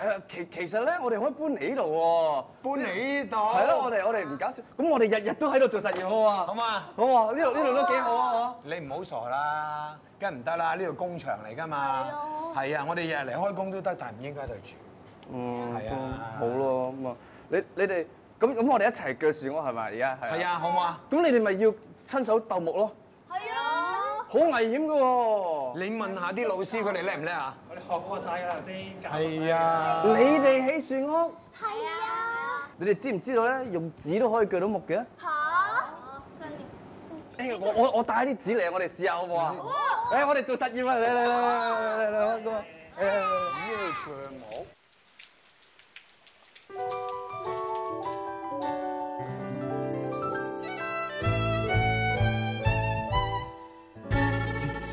誒其其實咧，我哋可以搬嚟呢度喎。搬嚟呢度。係咯，我哋我哋唔搞笑，咁我哋日日都喺度做實驗好嘛？好嘛好啊，呢度呢度都幾好啊！你唔好傻啦，梗係唔得啦，呢度工場嚟㗎嘛。係咯係啊，我哋日日嚟開工都得，但係唔應該喺度住。嗯，係啊好咯咁啊，你你哋咁咁，我哋一齊鋸樹屋係咪？而家係係。啊，好唔好啊？咁你哋咪要親手鬥木咯，係啊，好危險噶喎！你問下啲老師佢哋叻唔叻啊？我哋學過晒㗎啦，頭先教過晒係啊。你哋起樹屋，係啊，你哋知唔知道咧？用紙都可以鋸到木嘅。嚇，真嘅，誒，我我我帶啲紙嚟，我哋試下好唔好啊？誒，我哋做實驗啊！嚟嚟嚟嚟嚟嚟嚟咁啊！誒，呢個鋸木。節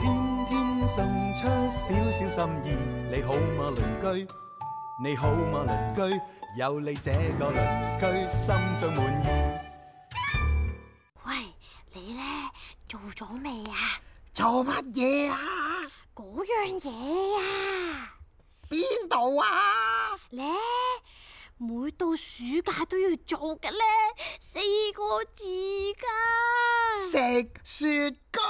天天送出少少心意，你好嗎鄰居？你好嗎鄰居？有你這個鄰居，心中滿意。喂，你咧做咗未啊？做乜嘢啊？嗰樣嘢啊，邊度啊？咧每到暑假都要做嘅咧，四個字噶。食雪糕。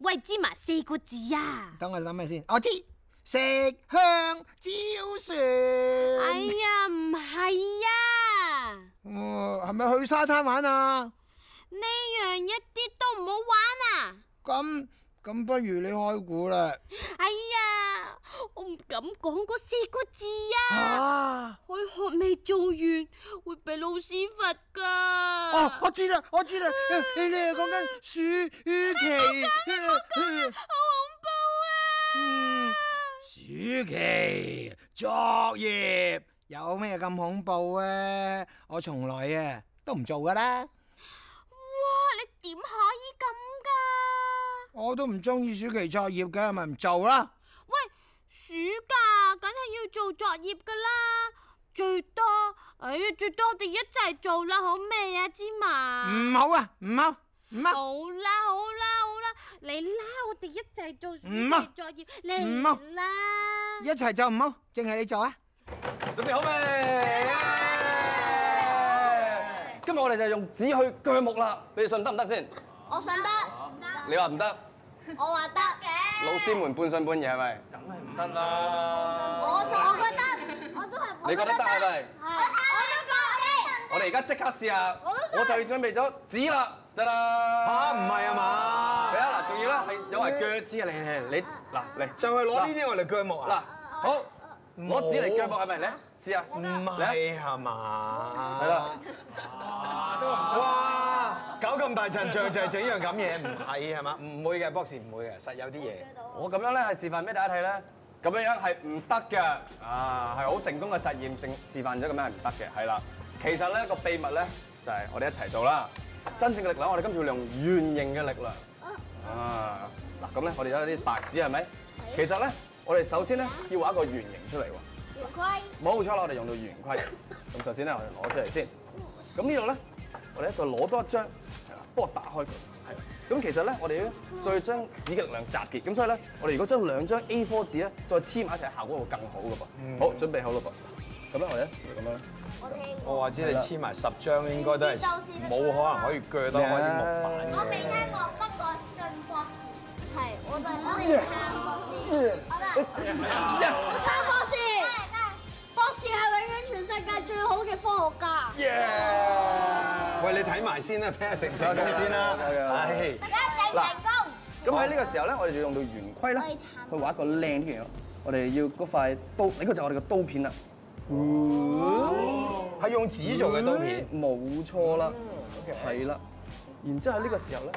喂，芝麻四個字 啊！等我諗下先，我知食香蕉哎船。呀，唔係啊，哦，係咪去沙灘玩啊？呢樣一啲都唔好玩啊！咁咁，不如你開估啦。哎呀，我唔敢講嗰四個字啊！啊！開學未做完，會俾老師罰啊噶。哦，我知啦，我知啦，你你係講緊暑期。嗯，暑期作業有咩咁恐怖啊？我從來啊都唔做噶啦，哇！你點可以咁噶？我都唔中意暑期作業嘅，咪唔做啦。喂，暑假梗係要做作業噶啦，最多哎呀，最多我哋一齊做啦，好未啊，芝麻？唔好啊，唔好，唔好，好啦，好啦，好啦，你啦，我哋一齊做暑唔啊期作業，唔啊嚟啦！一齊就唔好，淨係你做啊。準備好未？今日我哋就用紙去鋸木啦，你哋信得唔得先？我信得，你話唔得，我話得嘅，老師們半信半疑係咪？我信，我覺得，我都係，你覺得得係咪？我都覺我哋而家即刻試下，我都我就要準備咗紙啦，得吓啦。唔係啊係嘛？啊，嗱，仲要啦，係有埋鋸枝啊，你你嗱嚟就係攞呢啲我嚟鋸木嗱啊？，好攞紙嚟鋸木係咪咧？試下，唔係係嘛？係啦，哇！搞咁大陣仗就係整樣咁嘢，唔係係嘛？唔會嘅，博士唔會嘅，實有啲嘢。我咁樣咧係示範俾大家睇咧，咁樣樣係唔得嘅，啊係好成功嘅實驗性示範咗咁樣係唔得嘅，係啦。其實咧個秘密咧就係我哋一齊做啦，真正嘅力量我哋今次要用圓形嘅力量。啊，嗱咁咧我哋有啲白紙係咪？其實咧我哋首先咧要畫一個圓形出嚟喎。得，圓規，冇錯啦，我哋用到圓規。咁首先咧，我哋攞出嚟先。咁呢度咧，我哋咧就攞多一張，係啦，幫我打開佢。係啦。咁其實咧，我哋咧再將紙嘅力量集結。咁所以咧，我哋如果將兩張 A4 紙咧再黐埋一齊，效果會更好噶噃。好，準備好啦噃。咁啊咧，我哋咧就咁樣啦。我聽過，我話知你黐埋十張應該都係冇可能可以鋸得開啲木板我未嘅。聽過，不過信博士，係，我哋我哋撐博士，我哋。 Yes！我撐博士，博士係永遠全世界最好嘅科學家。喂，你睇埋先啦，啊睇下成唔成功先啦。唉，一定成功。咁喺呢個時候咧，我哋就用到圓規咧我哋鏟，去畫一個靚啲嘅樣。我哋要嗰塊刀，呢個就係我哋嘅刀片啦。係用紙做嘅刀片。嗯冇錯啦，係啦。然之後喺呢個時候咧，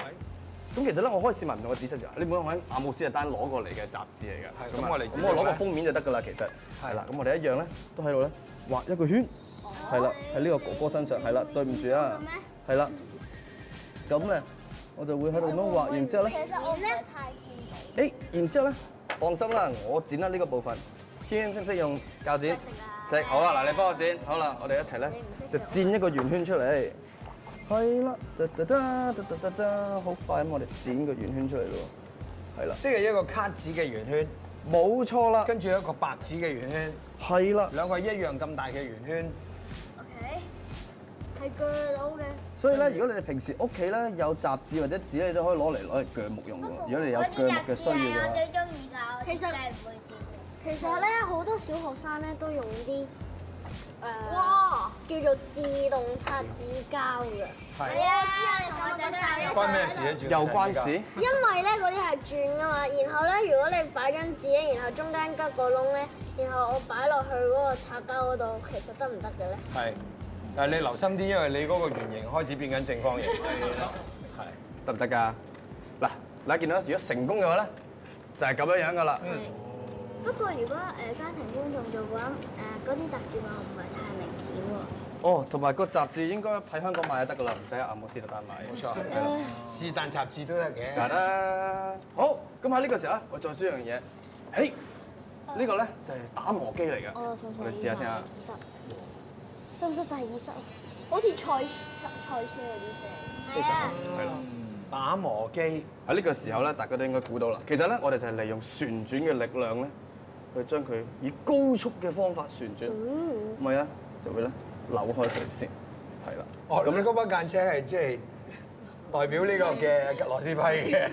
咁其實咧，我可以試埋唔同嘅紙質嘅，你每個揾阿姆斯特丹攞過嚟嘅雜誌嚟係嘅。咁啊我嚟點咁我用攞個咧封面就得㗎啦，其實係啦。咁我哋一樣咧，都喺度咧畫一個圈，係啦，喺呢個哥哥身上，係啦，對唔住啊，係啦。咁咧，我就會喺度咁樣畫，然之後咧，其實我唔係太見到。誒，然之後咧，放心啦，我剪得呢個部分，軒識唔識用鉸剪？識，好啦，嗱，你幫我剪，好啦，我哋一齊咧就剪一個圓圈出嚟。係啦，哒哒哒哒哒哒，好快咁，我哋剪個圓圈出嚟咯。係啦，即係一個卡紙嘅圓圈，冇錯啦，跟住一個白紙嘅圓圈，係啦，兩個一樣咁大嘅圓圈， OK，係鋸到嘅。所以咧，如果你哋平時屋企咧有雜誌或者紙咧，你都可以攞嚟攞嚟鋸木用嘅喎。如果你有我鋸啲木嘅需要嘅係話我。最中意㗎，其實係唔會見其實咧，好多小學生咧都用啲誒、嘅。呃哇！叫做自動擦紙膠嘅，係係啊，知啊，我就係關咩事啊咧？轉又關事？因為咧嗰啲係轉噶嘛。然後咧，如果你擺張紙咧，然後中間吉個窿咧，然後我擺落去嗰個擦膠嗰度，其實得唔得嘅咧？係，但係你留心啲，因為你嗰個圓形開始變緊正方形。係。得唔得㗎？嗱，大家見到如果成功嘅話咧，就係咁樣樣㗎啦。不過如果誒家庭觀眾做嘅話，誒嗰啲雜誌我唔係太明顯喎。哦，同埋個雜誌應該喺香港買就得㗎啦，唔使喺啊阿姆斯特丹買。冇錯，是但雜誌都得嘅。得啦，好，咁啊喺呢個時候咧，我再輸一樣嘢，嘿，呢個咧就係打磨機嚟嘅，Ờ, 哦我使唔使我哋試下先啊。使唔使第二執？好似賽賽車嗰啲聲。係啊。係啦，打磨機，喺呢個時候咧，大家都應該估到啦。其實咧，我哋就係利用旋轉嘅力量咧，去將佢以高速嘅方法旋轉，嗯 Ừ, 咪咧就會咧扭開佢先，係啦。哦，咁你嗰把間尺係即係代表呢個 嘅吉羅斯批嘅，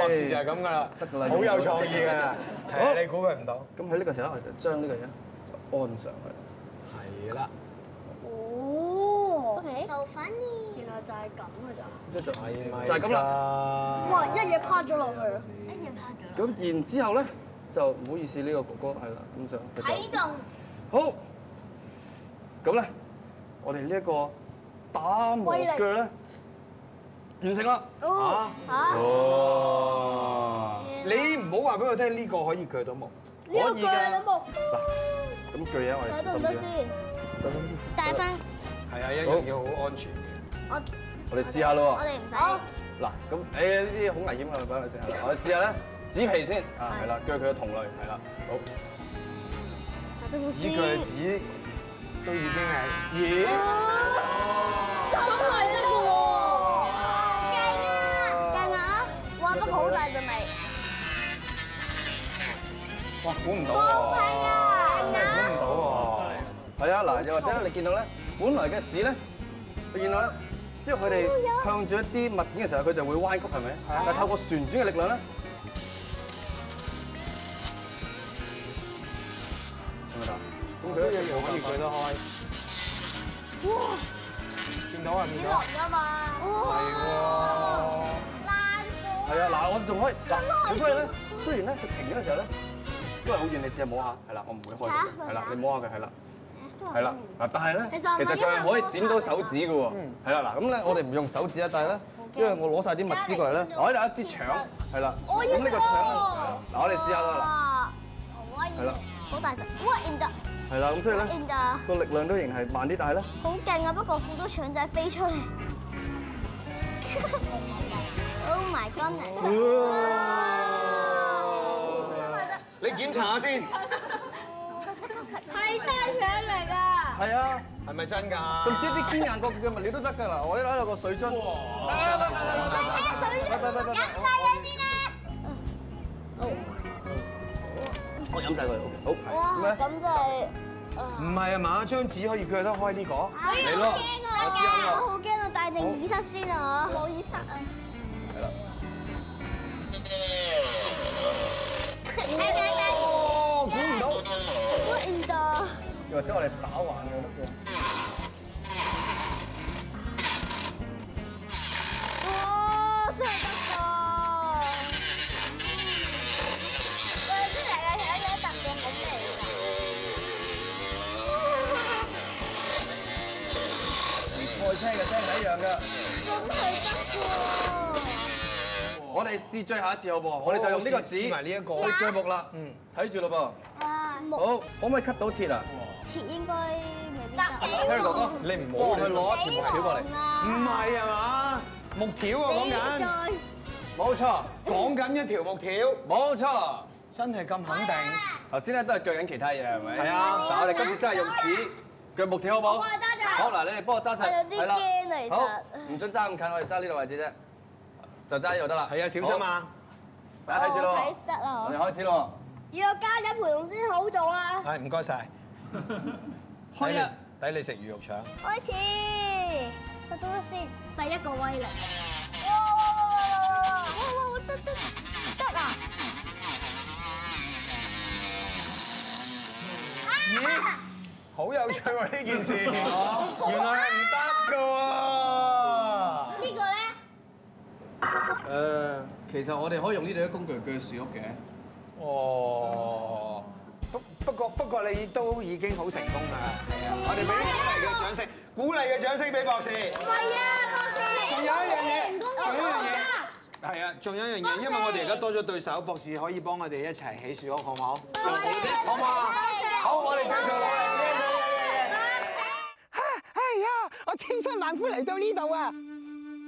博士就係咁噶啦，得㗎啦好有創意㗎啦，好係你估佢唔到，咁喺呢個時候，我哋就將呢個嘢就安上去。係啦，哦 So funny。原來就係咁嘅咋。即係就係咪？就係咁啦。啦，哇！一嘢趴咗落去。一樣拍咗啦。咁然之後咧，就唔好意思，呢個哥哥係啦，咁就啟動。好。咁咧，我哋呢一個打磨威力鋸咧，完成啦。哦。嚇。哦，你唔好話俾我聽呢個可以鋸到木，可以㗎。木嗱，咁鋸嘢我哋小睇得唔心得啲啊啦。先？得得得戴翻。係啊，一樣要好安全嘅。我我哋試下我咯喎。哋唔使。好嗱，咁誒呢啲好危險嘅，等我試下。我哋試下咧，紙皮先啊，係啦，鋸佢嘅同類，係啦，好。紙鋸紙都已經係，咦？真係得嘅喎。勁啊！勁啊！哇，不過好大隻味。哇，估唔到喎，係啊。係啊。估唔到喎。係啊，嗱，又或者你見到咧，本來嘅紙咧，你見到咧，因為佢哋向住一啲物件嘅時候，佢就會彎曲，係咪？但係透過旋轉嘅力量咧，得唔得？咁佢一樣可以舉得開。哇！見到啊，見到。㗎嘛。哇！爛咗。係啊，嗱，我仲可以嗱，咁所以咧，雖然咧佢停咗嘅時候咧，因為好遠，你只係摸下，係啦，我唔會開佢嘅，係啦，你摸下佢，係啦。係啦，嗱，但係咧，嗯其實唔係其實佢係可以剪到手指嘅喎，係啦，嗱，咁咧我哋唔用手指啊，但係咧，因為我攞晒啲物資過嚟咧，我喺度一支腸，係啦，我要咁呢個腸呢嗱，我哋試下啦，啦。可以。係啦，好大隻。哇！然就。嗱，係啦，咁所以咧然就。個力量都仍係慢啲，但係咧，好勁啊！不過見到腸仔飛 出嚟。Oh my god！你檢查下先，係真腸嚟㗎，係啊，係咪真㗎？甚至一啲堅硬角嘅物料都得㗎啦，我一攞有個水樽，水喂喂喂喂飲晒佢先啦。我飲晒佢，OK，好，哇！咁咧，咁就係唔係啊嘛，張紙可以鋸得開呢個。你咯，我我知啊我好驚啊！戴定耳塞先啊，冇耳塞啊。係啦。哦，估唔到，睇睇睇，到。又或者我哋打橫啊嘅得嘅，哇！真係得㗎。喂，出嚟嘅睇咗特別好賽味㗎。車嘅聲係一樣嘅。咁係得喎。我哋試最後一次好唔好？哦我哋就用呢個紙試埋呢一個去鋸木啦。嗯，睇住咯啊，噃。好，可唔可以 cut 到鐵啊？鐵應該未必得。聽哥哦哥，你唔好去攞全部條過嚟。唔係啊嘛，木條啊講緊，再冇錯，講緊一條木條，冇錯。真係咁肯定，頭先咧都係鋸緊其他嘢係咪？係啊但我哋今次真係用紙鋸木條好唔好？我幫啊你揸住好嗱，你哋幫我揸實。我有啲係啦驚啊其實好，唔准揸咁近，我哋揸呢度位置啫，就揸呢度得啦。係啊，小心啊！好！大家睇住咯我哦睇，實啊啦我哋開始咯。要有家長陪同先好做啊！係唔該晒，開啦！抵你食魚肉腸，開始，我等下先。第一個威力。得得得啊！À. 好有趣喎呢 件事，哦原來係唔得噶呢個咧，誒，其實我哋可以用呢度嘅工具鋸樹屋嘅。喎，哦，不不過不過你都已經好成功啦，係啊，我哋俾啲鼓勵嘅掌聲，鼓勵嘅掌聲俾博士。係啊，博士。仲有一樣嘢成功仲有一樣嘅嘢係啊，仲有一樣嘢，因為我哋而家多咗對手，博士可以幫我哋一齊起樹屋，好唔好？好唔好啊？à. 好，我哋繼續努力。哎呀，我千辛萬苦嚟到呢度啊，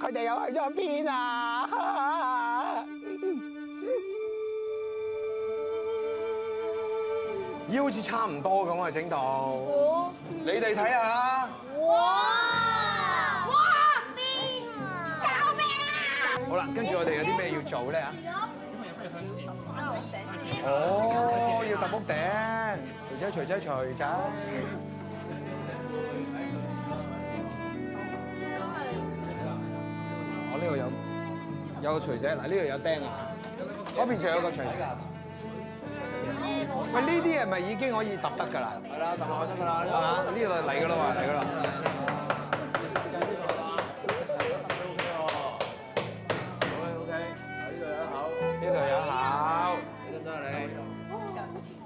佢哋又去咗邊啊？咦，好似差唔多咁啊，整到。你哋睇下啦，哇！哇！邊啊？救命啊！好啦，跟住我哋有啲咩要做咧嚇？係哦，要揼屋頂，除仔除仔除仔。我呢度有有個錘仔，嗱呢度有釘啊，嗰邊就有個錘仔。喂，呢啲係咪已經可以揼得㗎啦？係啦，揼落去得㗎啦。呢度嚟㗎啦嘛，嚟㗎啦。呢度有考，呢度得你。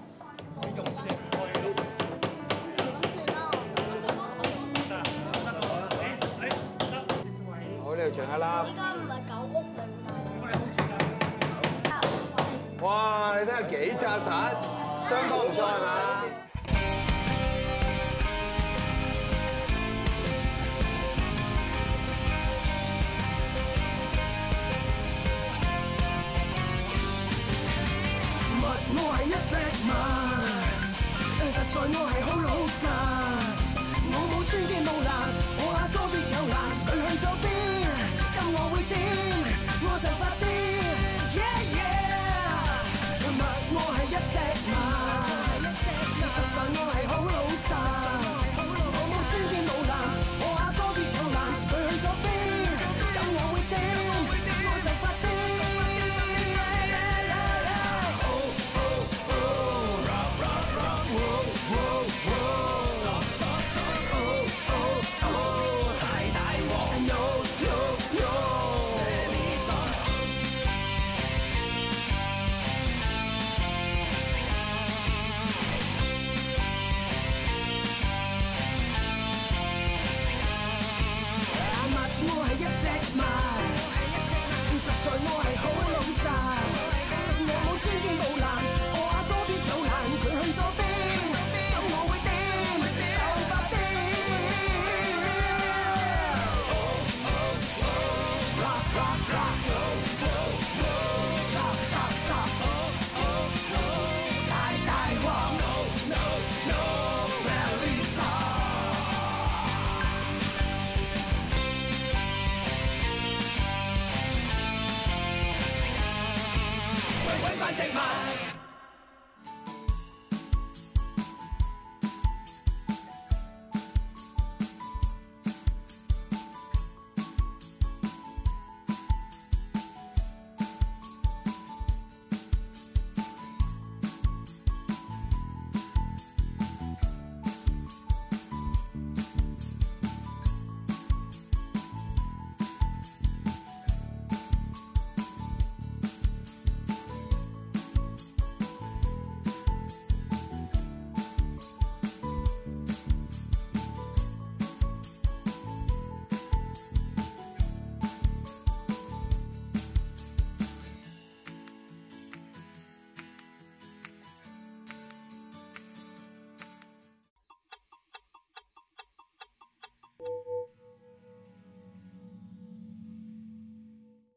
好，呢度仲有一粒。哇！你睇下幾扎實，相當唔錯係嘛？物我係一隻物，實在我係好老實。我冇穿肩冇爛，我阿哥必有眼，佢向